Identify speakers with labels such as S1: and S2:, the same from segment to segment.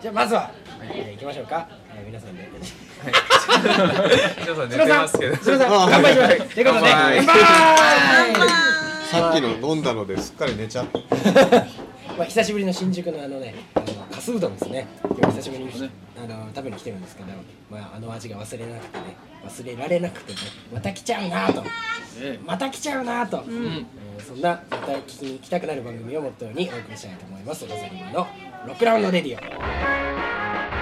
S1: じゃあまずは、えー行きましょうか、えー皆さんで、ね、
S2: 皆さん寝
S1: 篠
S2: て
S1: さ
S2: ま
S1: ん
S2: すけど。
S1: 篠さん乾杯しましょうということで乾
S2: 乾杯
S1: 杯
S3: さっきの飲んだのですっかり寝ちゃった
S1: まあ久しぶりの新宿のあのね、あのかすうどんですね。今日久しぶりに、あの食べに来てるんですけど、まああの味が忘れなくてね、忘れられなくてね、また来ちゃうなぁと、また来ちゃうなぁと、えーそんなまた聞きに来たくなる番組をモットーにお送りしたいと思います。ロザリーのロックラウンドレディオ。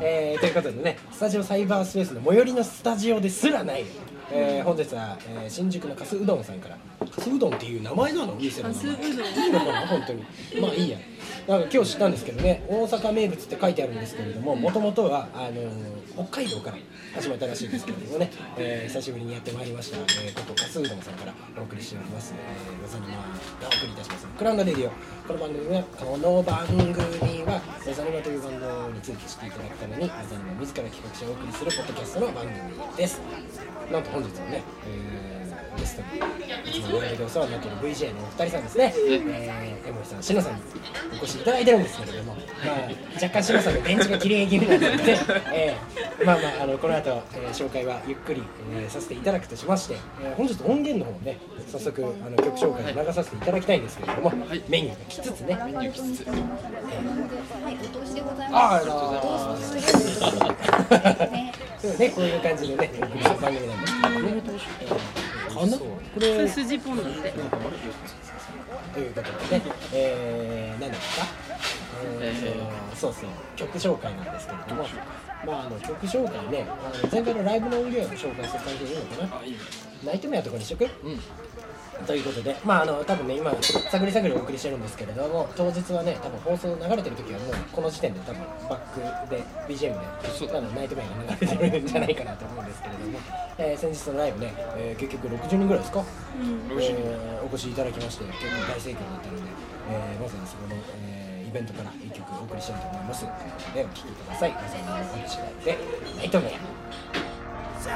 S1: えーということでねスタジオサイバースペースの最寄りのスタジオですらない、えー本日は、えー新宿のかすうどんさんからかすうどんっていう名前なのお店の名前
S4: かすうどん
S1: いいのかな本当にまあいいやなんか今日知ったんですけどね大阪名物って書いてあるんですけれどももともとはあのー北海道から始まったらしいですけれどもね、えー久しぶりにやってまいりました、えーここかすうどんさんからお送りしておりますので、えー、ございますお送りいたしますクラウンドレディオこの番組はこの番組には「メザニマ」というバンドについて知っていただくためにメザニマ自ら企画しお送りするポッドキャストの番組ですなんと本日もね、えーゲストにいつも我々でお世話になっている VJ のお二人さんですね、えー、江森さん、しのさんにお越しいただいてるんですけれども、まあ、若干しのさんの電池が切れ気味なので、えーまあまああのこの後、えー紹介はゆっくり、えーさせていただくとしまして、えー本日音源の方をね早速あの曲紹介を流させていただきたいんですけれども、メニューが来つつね、
S2: メニューきつつ。
S5: はい、お通しでござい
S1: あ
S5: ま
S1: あ
S5: す。
S1: りがとうございます
S5: トーストすね。
S1: そうね、こういう感じでね、お送りする番組なんで。かなこ
S4: そ
S1: れ
S4: れ筋ポンだって
S1: ということでね、えー、何ですか、えーそうそう、曲紹介なんですけれども、まあ、あの曲紹介ね、あの前回のライブの音源を紹介する感じでいいのかな、ナイトメアとかにしとく、ということで、まあ、あの多分ね、今、探り探りお送りしてるんですけれども、当日はね、多分放送流れてる時は、もうこの時点で、多分バックで、BGM で、あのナイトメアが流れてるんじゃないかなと思うんですけれども、えー先日のライブね、えー結局60人ぐらいですか。えーお越しいただきまして結構大盛況だったので、えーまずはそこの、えーイベントから一曲お送りしたいと思いますということでお聴きください皆さんのお待ちでナイトメア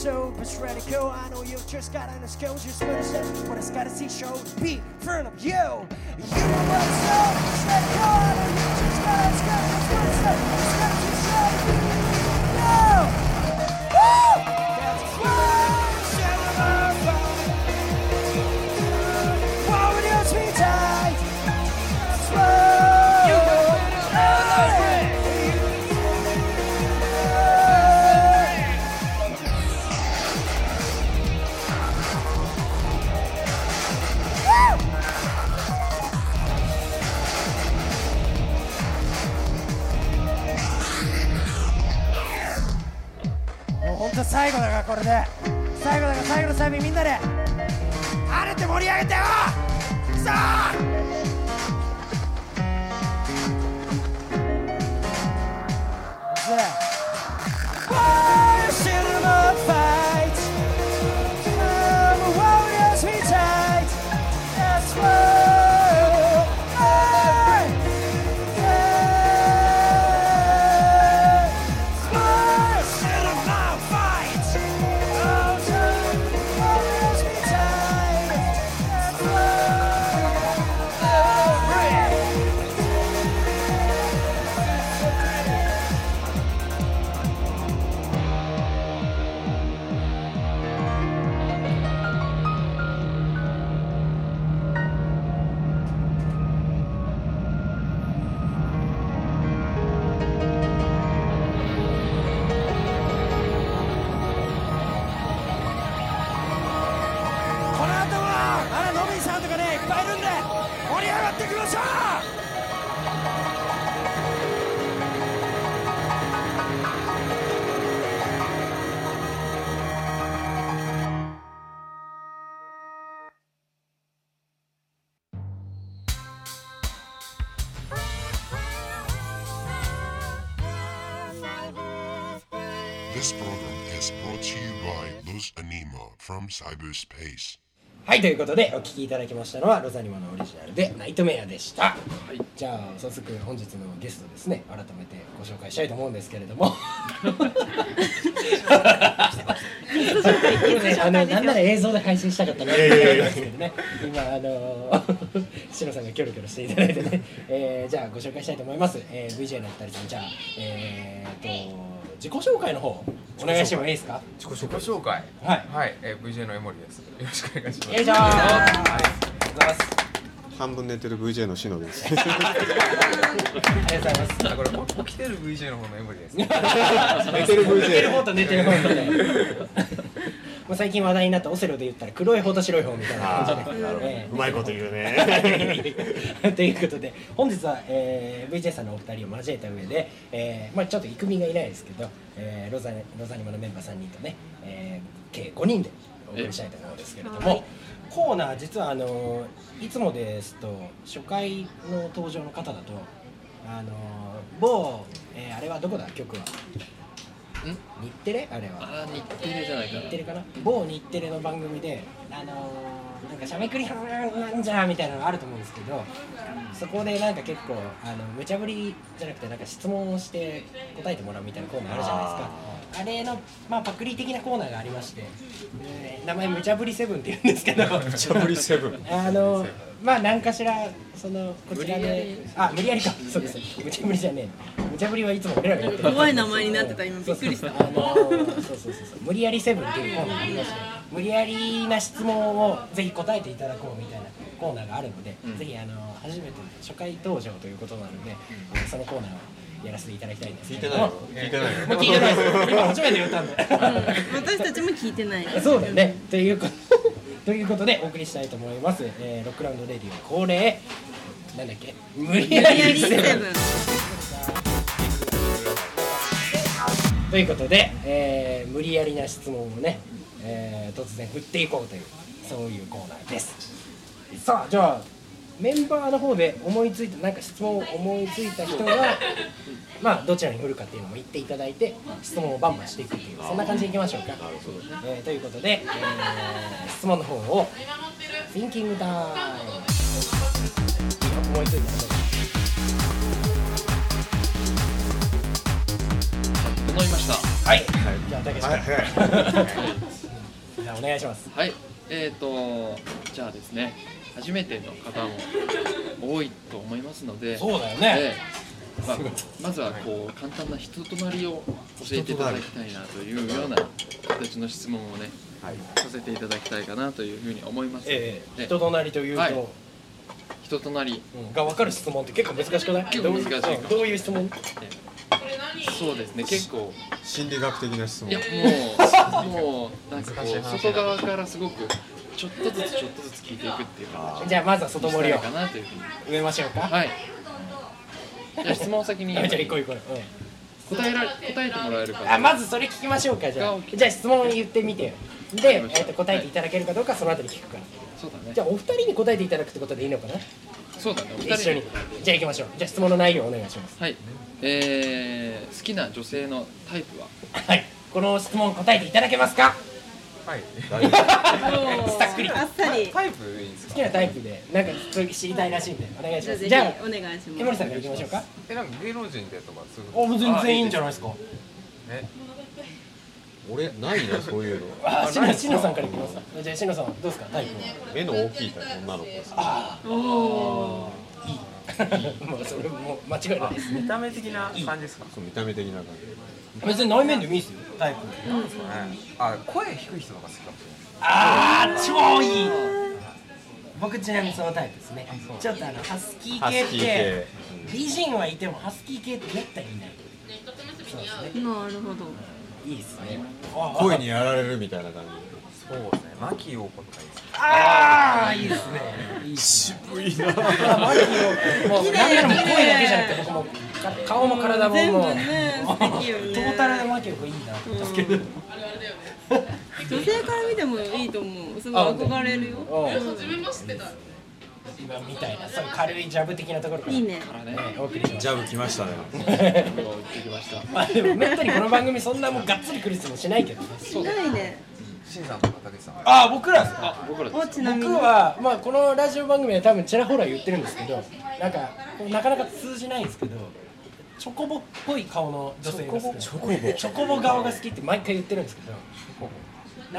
S6: I know you've just got on the skills, you're split up. What it's gotta see show be in front of you. You know what's up, just let go. I know you just got on the skills, you're split up. It's gotta see show be now. Woo! That's why I'm selling my phone. Why would you be tight? That's why. Yeah.もう本当最後だからこれで最後だから最後の最後にみんなで晴れて盛り上げてよさあ
S4: This program is brought to you by Luz Anima from cyberspace.
S1: はいということでお聞きいただきましたのはロザニマのオリジナルで「ナイトメア」でした、じゃあ早速本日のゲストですね改めてご紹介したいと思うんですけれどもあのなんなら映像で配信したかったなと思いますけどね今あの ーシロさんがキョロキョロしていただいてね、えーじゃあご紹介したいと思います、えー VJ のお二人さんじゃあえー、と自己紹介の方お願いしてもいいですか
S2: 自己紹介
S1: はい
S2: はい、えー、VJ の江森ですよろしくお願いします
S1: よいしょー
S2: はい
S3: 半分寝てる VJ のシノです。
S1: ありがとうございます
S2: あこれ起きてる VJ の方の江森ですね
S3: 寝てる
S1: 寝てる方
S3: VJ。
S1: と寝てる方みたいな。まあ最近話題になったオセロで言ったら黒い方と白い方みたいな感じで。え
S3: うまいこと言う
S1: え
S3: ね。
S1: ということで本日は、えー VJ さんのお二人を交えた上で、えーまあ、ちょっと育民がいないですけど、えーロザロザニマのメンバー3人とね、えー計5人でお送りしたいと思うんですけれどもコーナー実はあのーいつもですと初回の登場の方だとあのー某、えーあれはどこだ曲は日テレあれは
S7: あー日テレじゃないか
S1: 日テレかな某日テレの番組であのー、なんかしゃべくりはんなんじゃみたいなのがあると思うんですけどそこでなんか結構あの無茶ぶりじゃなくてなんか質問をして答えてもらうみたいなコーナーあるじゃないですかあれの、まあ、パクリ的なコーナーがありまして、えー名前無茶ぶりセブンって言うんですけど無茶
S3: ブリセブン。
S1: あのまあ何かしらそのこちら
S7: 無理や
S1: で
S7: り
S1: あ無理やりかそうです無茶ぶりじゃねえの無茶ぶりはいつも俺らがやってる
S7: 怖い名前になってた今びっくりした
S1: そうそうあのーそうそうそうそう無理やりセブンっていうコーナーがありまして無理やりな質問をぜひ答えていただこうみたいなコーナーがあるので、ぜひあのー初めて初回登場ということなので、そのコーナーをやらせていただきたいんです
S3: 聞
S1: け
S3: い
S1: れ
S3: て
S1: ど
S3: ない
S1: も
S3: よ。聞いてないよ。
S1: もう聞いてないです今初めて言ったんで
S7: 私たちも聞いてない
S1: そうだよね。ということ ということでお送りしたいと思います。えー、ロックラウンドレディオ恒例なんだっけ無理
S7: 無
S1: や
S7: 理や
S1: り
S7: りセ
S1: セブン
S7: ブン
S1: ということで、えー無理やりな質問をね、えー突然振っていこうというそういうコーナーです。さあじゃあメンバーの方で思いついたなんか質問を思いついた人 がまあどちらに振るかっていうのも言っていただいて質問をバンバンしていくっていうそんな感じでいきましょうか。えーということで、えー質問の方をシンキングタイム思いついた人
S7: 整いました
S1: はい、じゃあたけし
S3: はい
S1: 君
S3: はい。
S1: じゃあお願いします。
S7: はいえーとじゃあですね初めての方も多いと思いますので
S1: そうだよ
S7: え
S1: ね。
S7: えまあ、まずはこう簡単な人となりを教えていただきたいなというような形の質問をね、させていただきたいかなというふうに思います、
S1: ええ
S7: ええ
S1: 人となりというと、
S7: はい人となり
S1: うんが分かる質問って結構難しくない
S7: 結構難しいか
S1: どううんどういう質問
S7: そうですね結構
S3: 心理学的な質問
S7: い。やもうもうなんかこ
S2: 難しいう話だ
S7: 外側からすごくちょっとずつちょっとずつ聞いていくっていう形
S1: じゃあまずは外
S7: にし
S1: 堀
S7: た
S1: を
S7: いかなというふうに
S1: 埋めましょうか、
S7: はいじゃあ質問を先に
S1: あ
S7: 答
S1: じゃあ行こう行こう、
S7: えられ答えてもらえる
S1: うん、
S7: か
S1: あまずそれ聞きましょうかじゃあ
S7: が OK
S1: じゃあ質問言ってみてよで、え
S7: わかりました
S1: ー、と答えていただけるかどうかその後に聞くから
S7: そうだね
S1: じゃあお二人に答えていただくってことでいいのかな
S7: そうだねお二
S1: 一
S7: 人
S1: 緒にじゃあ行きましょうじゃあ質問の内容お願いします
S7: はいえー、好きな女性のタイプは
S1: はいこの質問答えていただけますか
S2: はい
S3: 大丈
S1: さっくり
S8: あっさり。
S2: タイプいいんですか
S1: 好きなタイプでなんかそれ知りたいらしいんでお願いし
S8: じゃ
S1: ま
S8: あ
S1: す
S8: ぜひ
S1: じ
S8: お
S1: ゃあ
S8: 願いし
S1: 江森
S8: ます。
S1: さんから行きましょうか
S2: えなんか芸能人でとかそういう
S1: お
S2: こ
S1: もう全然いいんじゃないですか
S2: とね
S3: 夫俺ないなそういうの。
S1: あしのしのさんからいきますじゃあしのさんどうですかタイプは
S3: 目の大きいタイプ女の子です。
S1: もうそれもう間違いないですね
S2: 見た目的な感じですか
S3: そう見た目的な感
S1: 別に内面でもいいですよタイプ
S2: ねあ声低い人とか好きかもし
S1: ああ超いい僕ちなみにそのタイプですねちょっとあのハスキ
S3: ハ
S1: ー
S3: ス
S1: 系っ
S3: キ
S1: て
S3: ー系
S1: 美人はいてもハスキー系ってめったにいないそうですね
S8: なるほど。
S1: いいです ね
S3: じ。声にやられるみたいな感
S2: れないそうですね牧陽子とかいいです
S1: ああいいですね
S3: じ。渋いな。
S1: もう何ならもう声だけじゃなくて僕も顔も体も
S8: 全部
S1: もう
S8: ね、素敵よ ね。
S1: トータルでマキオがいいなと思ったんですけど
S8: 女性から見てもいいと思う。すごい憧れるよ。
S1: 今みたいなそういう軽いジャブ的なところから
S8: いいね。
S7: からね
S1: お送りしまし
S3: ジャブ来ましたね。
S7: 僕は言ってきましですか
S1: まあでもめったにこの番組そんなもうがっつり来る質問しないけどね
S7: そうだ
S8: ないね。
S2: シンさんとか竹内さん
S1: ああ僕らですか
S7: 僕らで
S8: お
S7: す
S8: ちなみに。
S1: 僕は、まあ、このラジオ番組は多分ちらほら言ってるんですけどなんかこうなかなか通じないんですけどチョコボっぽい顔の女性が好きチョコボチョコボ顔が好きって毎回言ってるんですけど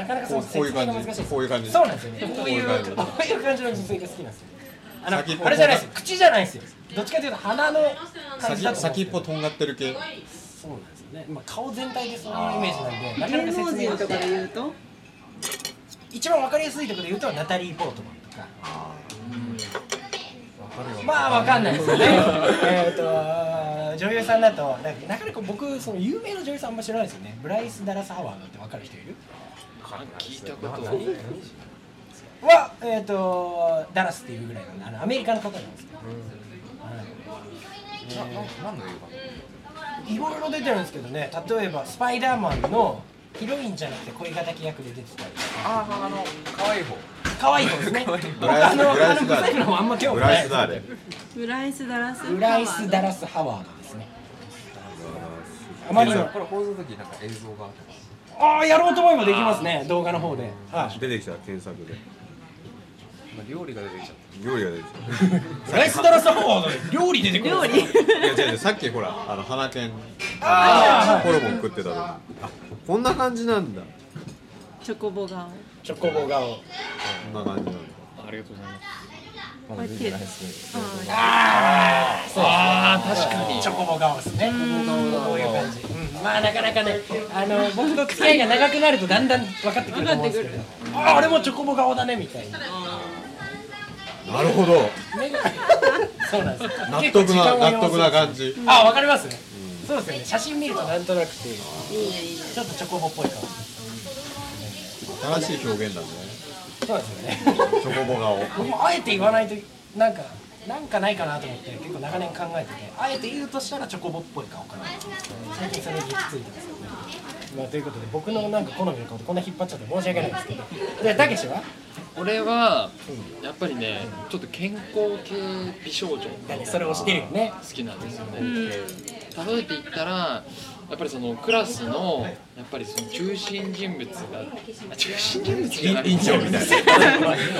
S1: なかなかその
S3: こうこういう
S1: 説明が
S3: 感じ
S1: 難しいです
S3: こういう感じ
S1: そうなんですよねこういう
S3: こういう感じ
S1: こういう感じの女性が好きなんですよあ
S3: 先っ
S1: の
S3: ぽ
S1: あれじゃないです口じゃないんですよどっちかというと鼻の感じだと思うんで
S3: 先
S1: す
S3: 先
S1: け
S3: っぽ
S1: ど
S3: とんがってる系
S1: そうなんですよね、まあ、顔全体でそういうイメージなんでなかな
S8: 芸
S1: か
S8: 能
S1: 説明
S8: 人とかで言うと。
S1: 一番わかりやすいところで言うとナタリー・ポートマンとかうんまあわかんないですよね えっと女優さんだとなんかなかなか僕その有名な女優さんあんま知らないですよねブライス・ダラス・ハワードってわかる人いる
S7: 聞いたことは
S1: はえっ、とダラスっていうぐらいなんであのアメリカの方なんですけど、
S2: なな何の映
S1: いろいろ出てるんですけどね例えばスパイダーマンのヒロインじゃなくて恋敵役で出てたり
S2: 画あああの可愛い方
S1: 可愛い子ですね
S3: ブ
S1: 僕
S3: ラ
S1: あ
S3: イス
S1: の
S3: ブラ
S1: あの
S3: イス
S1: ブ
S3: ダ
S1: サイクのもあんま興
S3: ー
S1: 味
S3: ブ
S1: な
S3: ラ
S1: いで
S3: イス
S1: す
S3: ダーレ
S8: ブライスダラス。
S1: ブライス・ダラ
S8: ス。
S1: ス・ハワードですねあまりにも
S2: これ放送の時なんか映像があって
S1: ああやろうと思えばできますね動画の方で、はい、
S3: 出てきた検索で
S2: 今料理が出てきちゃっ
S3: 料理が出てき
S1: ブライス・ダラス・ハワード料理出てくる
S8: 料理。
S3: たいや違う違うさっきほらあの鼻犬
S1: あー
S3: ホルモン食ってた時あこんな感じなんだ
S8: チョコボ顔。
S1: チョコボ顔
S3: こんな感じなんだ
S7: ありがとうございます
S2: た
S8: こうやって。あ
S1: あーそうあー確かにチョコボ顔ですねこういう感じ、うん、まあなかなかねあの僕と付き合いが長くなるとだんだん分かってくると思うんですけどああ俺もチョコボ顔だねみたいな
S3: なるほど
S1: 目がそうなんです
S3: 納得な納得な感
S1: じ
S3: じ
S1: あ分かりますね、そうですよね写真見るとなんとなくていう
S8: ーいいねいいね。
S1: ちょっとチョコボっぽい顔
S3: 正しい表現だね
S1: そう ですよね
S3: チョコボ顔
S1: 僕もあえて言わないとなんかなんかないかなと思って結構長年考えててあえて言うとしたらチョコボっぽい顔かな最近それに行き着いてますよねまあ、ということで僕のなんか好みの顔とこんな引っ張っちゃって申し訳ないですけどでたけしは
S7: 俺はやっぱりねちょっと健康系美少女
S1: だねそれをしてるよね
S7: 好きなんですよね、
S8: うん。
S7: 例えていったらやっぱりそのクラスのやっぱりその中心人物があ中心人物じゃない
S3: 院長みたいな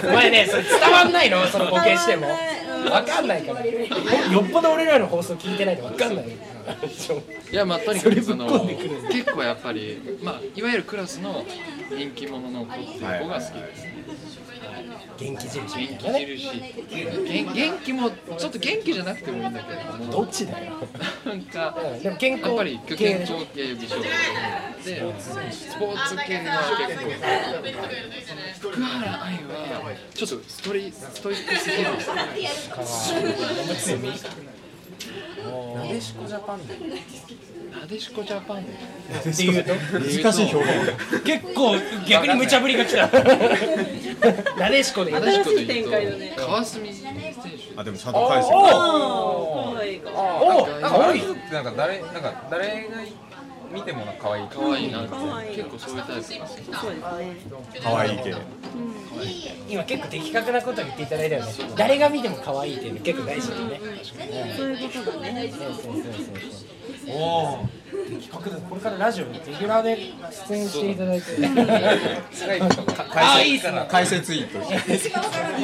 S1: お前ねそれ伝わんないのそのボケしても
S8: 伝わ
S1: わ
S8: んない
S1: かんないからよよっぽど俺らの放送聞いてないとわか んないよ
S7: いやまあとにかくその
S1: それぶっ込んでくる
S7: 結構やっぱりまあいわゆるクラスの人気者の子っていう子が好きですね
S1: 元気印み
S7: 元
S1: たい
S7: 気
S1: なね
S7: 印元元気もちょっと元気じゃなくてもいいんだけれども
S1: どっちだよ
S7: なんか
S1: うんでも健康
S7: やっぱり健康系美少女でスポーツ系が結構福原愛はちょっとストリストイックすぎるんですよ
S2: なでしこジャパンで
S7: なでしこジャパンで
S1: っていうと
S3: 難しい表現
S1: 結構逆に無茶ぶりが来た なでしこで言う
S7: なで
S8: 新
S7: しこで
S8: しい
S7: 言
S8: 展開だね
S7: うと川澄選
S3: あ
S7: 手
S3: でもちゃんと返してる
S1: お
S8: 可愛い子。
S1: おー
S2: なん
S1: 可
S2: かあ
S1: 愛
S2: れ
S1: い
S2: なんか誰なんか誰が見てもなんか可愛い
S7: 可愛いなって
S8: 可愛い
S7: 結構そういうタイプなんですよ
S8: そうですね。
S3: 可愛い系
S1: 今結構的確なこと言っていただいたよね誰が見ても可愛いっていうの結構大事だよね
S8: そういうことだね。
S1: そうそうそうそうおお的確だこれからラジオにレギュラーで出演していただいてああいいっすね
S3: 解説委員として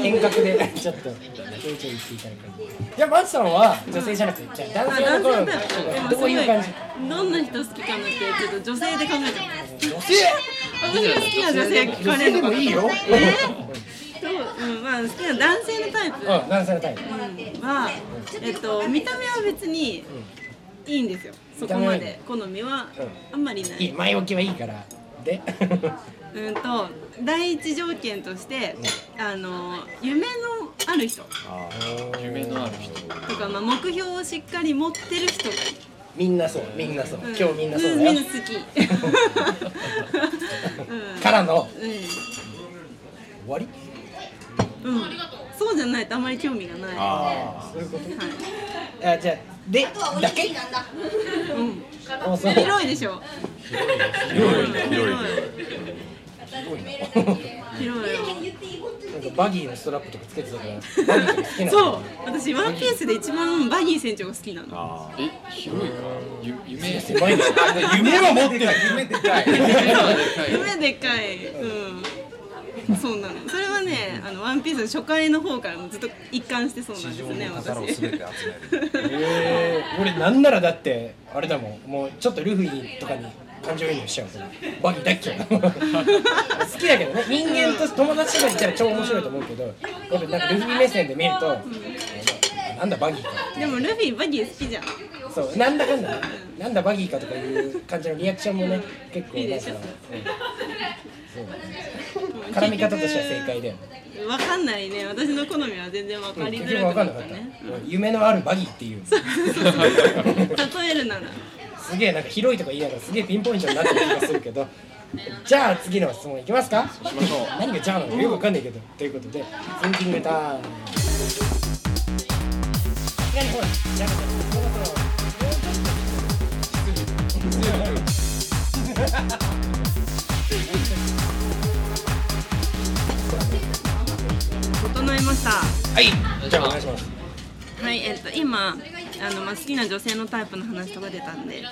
S1: 遠隔でちょっとちょいちょい言っていただく感じじゃあマツさんは女性じゃなくてじゃあ男
S8: あ、
S1: 性の
S8: 男
S1: 頃
S8: 性
S1: の
S8: だ。
S1: どういう感じ
S8: どんな人好きかなって、ちょっと女性で考えちゃった。
S1: 女性
S8: 私が好きな女性聞かれるの
S1: でもいいよ
S8: えそう、うん、まあ、好きな男性のタイプ。
S1: うん男性のタイプ
S8: うんは、えっと、見た目は別にいいんですよ。そこまで好みはあんまりない
S1: い
S8: い。
S1: 前置きはいいからで
S8: うんと第一条件として、あの夢のある人
S7: 夢のある人
S8: とか、まあ、目標をしっかり持ってる人がいい。
S1: みんなそうみんなそう
S8: う
S1: 今日みんなそうだ
S8: うみ
S1: よ
S8: んな 好き。
S1: からの
S8: う
S1: 終わり
S8: ん、うん、うん、そうじゃないとあんまり興味がない。
S3: あ
S1: そういうこと
S8: はい
S1: あじゃあでだけ
S8: うん、
S1: あそう
S8: 広いでしょ。
S3: あ広いね広いね
S8: 広
S1: 広
S8: い
S1: いな
S8: 広いよ
S1: なんかバギーのストラップとかつけてたからバギーとか好きなの
S8: そう 私ワンピースで一番バギー船長が好きなの
S3: あ
S7: え広いかゆ夢
S1: 狭いな
S2: 夢は持ってる夢でかい
S7: 夢はでかい
S8: 夢でかいうんそうなのそれはねあのワンピースの初回の方からもずっと一貫してそうなんですね
S2: を
S8: 私
S2: 全て集める
S1: えー俺なんならだってあれだもんもうちょっとルフィとかに感情移入しちゃうからバギー大っ嫌い好きだけどね人間と友達とかにいたら超面白いと思うけどやっぱなんかルフィ目線で見ると、なんだバギーか
S8: でもルフィバギー好きじゃん
S1: そうなんだかんだねなんだバギーかとかいう感じのリアクションもね結構
S8: いい
S1: なん
S8: で
S1: か
S8: しょ
S1: うん絡み方としては正解だよね
S8: わかんないね私の好みは全然わかり
S1: 結
S8: づ
S1: 局分
S8: らく
S1: か
S8: なんっ
S1: なかった、
S8: たね
S1: 夢のあるバギーっていう
S8: 例えるなら
S1: すげえなんか広いとか言いながらすげえピンポイントになってる気がするけどじゃあ次の質問いきますかしましょう何がじゃあなのかよくわかんないけどということでシンキングターン何ほらじゃあそろそろ
S8: 整えました
S1: はいじゃあお願いします
S8: はいえっと今あの、まあ、好きな女性のタイプの話とか出たんで、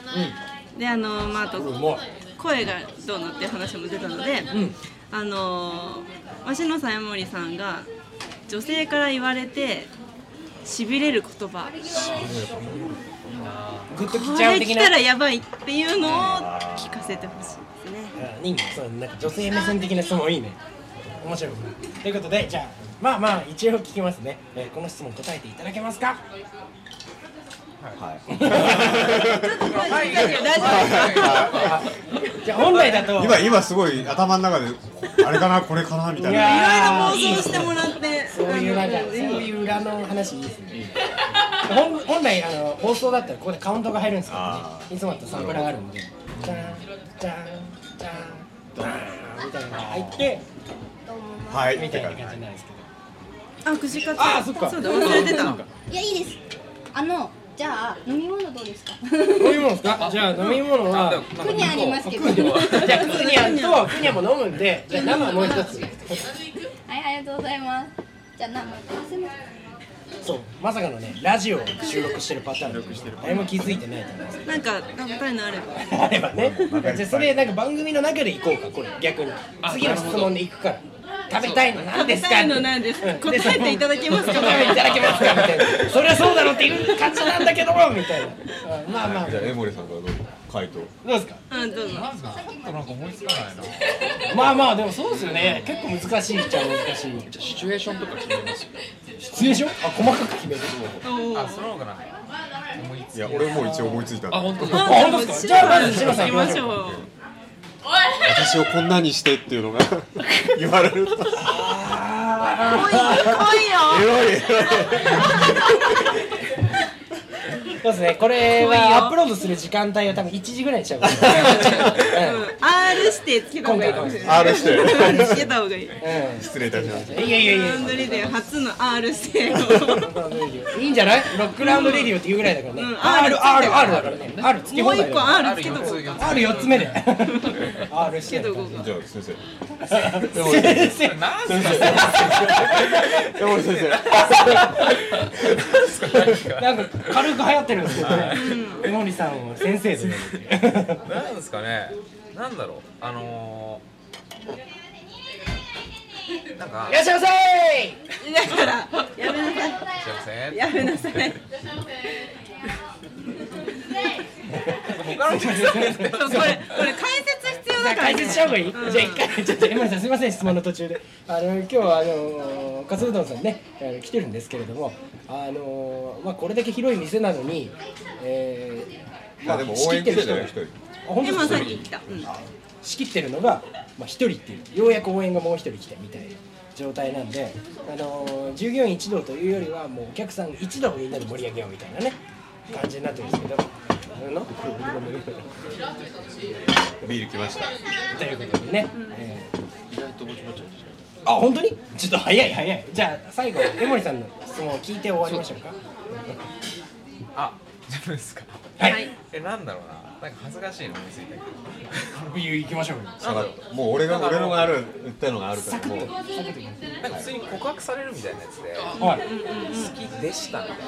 S8: であのまああと
S1: うまい
S8: 声がどうのっていう話も出たので、あの鷲野さやもりさんが女性から言われてしびれる言葉
S1: グッとき
S8: こ
S1: ちゃう
S8: れ
S1: 的
S8: 来
S1: な
S8: たらやばいっていうのを聞かせてほしいですね
S1: あいいねそうなんか女性目線的な質問いいね面白いということでじゃあまあまあ一応聞きますね、えーこの質問答えていただけますか
S8: 大丈
S1: じゃあ本来だと
S3: あ今今すごい頭の中でこあれかなこれかなみたい
S1: い
S3: な
S1: や
S8: 夫いろいろ妄想してもらって
S1: そういうなんかそういう裏の話いいですね本本来あの放送だったらここでカウントが入るんですけどね
S3: あ
S1: いつもだとサンプラーがあるんでじゃんじゃんじゃんじゃんみたいなのが入って
S3: はい
S1: み
S3: ったて
S1: いな
S3: 感
S1: 感
S3: じ
S1: じなんですけど
S8: あ串カツ
S1: あそっか
S8: そうだ忘れてた
S5: いやいいですあのじゃあ飲み物どうですか
S1: どう いうものですかじゃあ飲み物は
S5: クニャありますけど
S1: じゃあクニャンとクニャンも飲むんでじゃあ生もう一つ
S5: はいありがとうございますじゃあ生すいません
S1: そうまさかのねラジオを収録してるパターン誰も気づいてないと思います
S8: なんか食べたいのあれ ば
S1: あればね。じゃあそれなんか番組の中で行こうかこれ逆に。次の質問で行くから。食べたいの何
S8: 食
S1: で
S8: べ
S1: すか。
S8: たいのなんです
S1: うん
S8: 答えていただけますか
S1: 答えていただけますかみたいな。それはそうだろうっていう感じなんだけどもみたいな。うんまあまあ。どう
S3: 江森さんからどう回答
S1: ですか。
S8: うんどうぞ
S2: なんかちょっとなんか思いつかないな
S1: まあまあでもそうですよね。結構難しいっちゃ難しい。
S7: じゃあシチュエーションとか決めますよ
S1: シチュエーション？あ細かく決める。
S8: おー
S2: あその方がなんか思いつ
S3: いや俺もう一応思いついたんで
S7: あ本当
S1: あ
S7: だ
S1: 本当ですか。じゃあまず志麻さん
S8: 行き
S1: 行き
S8: ま
S1: まし
S8: し
S1: ょう。
S8: ょう
S3: 私をこんなにしてっていうのが言われると
S8: 来い来いよ
S3: エロいエロい
S1: そうですね。これ
S8: 濃いよ
S1: はアップロードする時間帯は多分1時ぐらいにしちゃうから。 うん
S8: うん R してつけた方がいいかもしれない
S3: R して
S8: R つけた方がいい
S1: う
S3: 失礼いたしました
S1: ん。いやいやいや。
S8: ラウンドレディ初の R してよ
S1: いいんじゃないロックラウンドレディオっていうぐらいだからね、
S8: うん
S1: R、R、R だからね R つけ
S8: も
S1: 放
S8: う
S1: 題
S8: 一
S1: だ
S8: 個
S1: か
S8: R つけとこう
S2: か
S1: ら R4 つ目 で R して
S8: け
S1: る
S8: とこうか
S3: じゃあ先生
S1: 先生
S2: なんすか
S3: 江森先
S1: なんか軽く流行ってるんですけどね江森さんを先生で
S2: なんですかねなんだろうあのー、なんか
S1: いらっしゃいませ
S8: だからやめな
S2: す
S8: さ
S2: いませ
S8: い
S2: ん
S8: やめなさい
S2: 他の人に
S8: そうこれこれ解説必要
S1: じゃ
S8: だ
S1: あ
S8: からね
S1: 解説した方がいい、
S8: うん
S1: じゃあ一回ちょっと江森さんすいません質問の途中であの今日はあのカツうどんさんねあの来てるんですけれどもあのまあこれだけ広い店なのに、えー、
S3: 生まあでも応援来てたよ一人
S1: あ本当です
S8: 今
S1: か
S8: さっき来たうん
S1: 仕切ってるのが、まあ、1人っていうようやく応援がもう1人来たみたいな状態なんで、あのー従業員一同というよりはもうお客さん一同みんなで盛り上げようみたいなね感じになってるんですけど。うんの
S3: ビール来ました
S1: ということでね、えー
S7: 意外とぼちぼち落ちて
S1: あ本当にちょっと早い早いじゃあ最後江森さんの質問を聞いて終わりましょうか
S2: あ、自分ですか
S1: はい、
S8: はい
S2: え、なんだろうななんか恥ずかしいの思いついたけど
S1: 行きましょうよ
S3: 下がったもう俺が俺のがある言ったのがあるからもう
S2: なんか普通に告白されるみたいなやつで好
S1: はい
S2: きでしたみたいな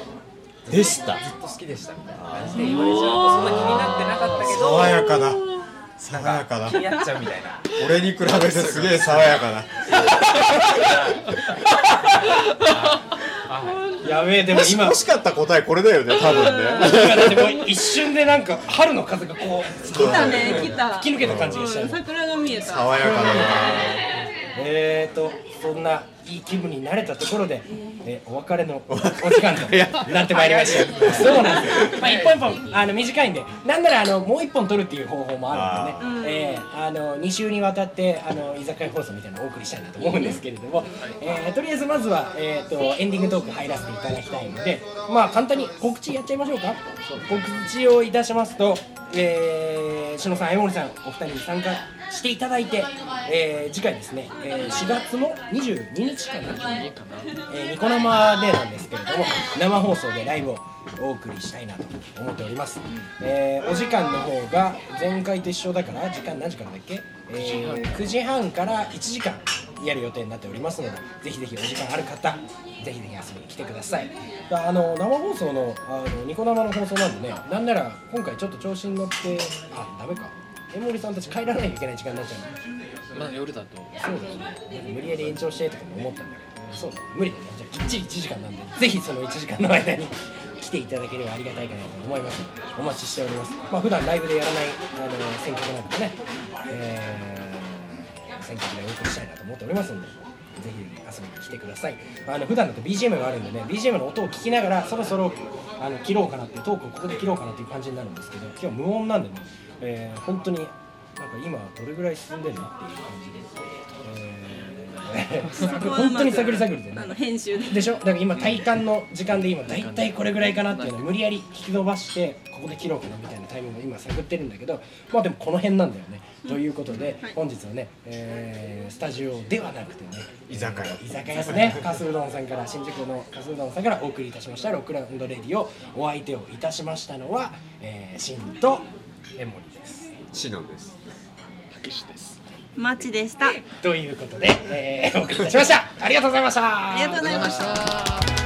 S2: ず
S3: でした
S2: っと好きでしたみたいな感じで言われちゃうとそんな気になってなかったけど
S3: 爽やかだ爽やかだ
S2: 気になっちゃうみたいな
S3: 俺に比べてすげえ爽やかだ
S1: やべえでも
S3: もし
S1: 今
S3: 欲しかった答えこれだよね多分 ね
S1: 今 だってもう一瞬でなんか春の風がこう
S8: 来たね来た
S1: 吹き抜けた感じがしちゃ
S8: うん
S1: う
S8: 桜が見えた
S3: 爽やかだな
S1: えーとそんないい気分になれたところで、えお別れのお時間となってまいりましたそうなんですよ、まあ、一本一本あの短いんでなんならあのもう一本取るっていう方法もあるんでね、えーあの2週にわたってあの居酒屋放送みたいなのをお送りしたいなと思うんですけれども、えーとりあえずまずは、えー、とエンディングトーク入らせていただきたいのでまあ簡単に告知やっちゃいましょうか告知をいたしますとえー、篠さん、江森さん、お二人に参加していただいて、えー、次回ですね、えー、4月の22日かな、
S7: いいかな
S1: えーニコ生でなんですけれども、生放送でライブをお送りしたいなと思っております。えーお時間の方が前回と一緒だから、時間何時からだっけ、えー、9時半から1時間やる予定になっておりますので、ぜひぜひお時間ある方、ぜひぜひ遊びに来てください。あの生放送のあのニコ生の放送なんでね、なんなら今回ちょっと調子に乗って、あ、ダメか。江森さんたち帰らないといけない時間になっちゃうの
S7: まあ夜だと
S1: そうだね。なんか無理やり延長してとかも思ったんだけど、そうだね。無理だね。じゃあきっちり1時間なんで、ぜひその1時間の間に 来ていただければありがたいかなと思います。お待ちしております。まあ普段ライブでやらないあの選曲なんでね、えー、選曲でお送りしたいなと思っておりますんで。ぜひ遊びに来てください。あの普段だと BGM があるんでね、BGM の音を聞きながらそろそろあの切ろうかなっていうトークをここで切ろうかなっていう感じになるんですけど、今日無音なんでね、えー、本当になんか今どれぐらい進んでるのっていう感じで。えー本当に探り探りで
S8: あの
S1: ね
S8: 編集で
S1: でしょだから今体感の時間で今大体これぐらいかなっていうのを無理やり引き伸ばしてここで切ろうかなみたいなタイミングを今探ってるんだけどまあでもこの辺なんだよねということで本日はね、えースタジオではなくてね
S3: 居酒屋
S1: 居酒屋ですねカスうどんさんから新宿のカスうどんさんからお送りいたしましたロックラウンドレディをお相手をいたしましたのは、えー、シンとエモリです
S3: シノンです
S7: たけしです
S8: マチでした
S1: ということで、えー、お送りいたしましたありがとうございました
S8: ありがとうございました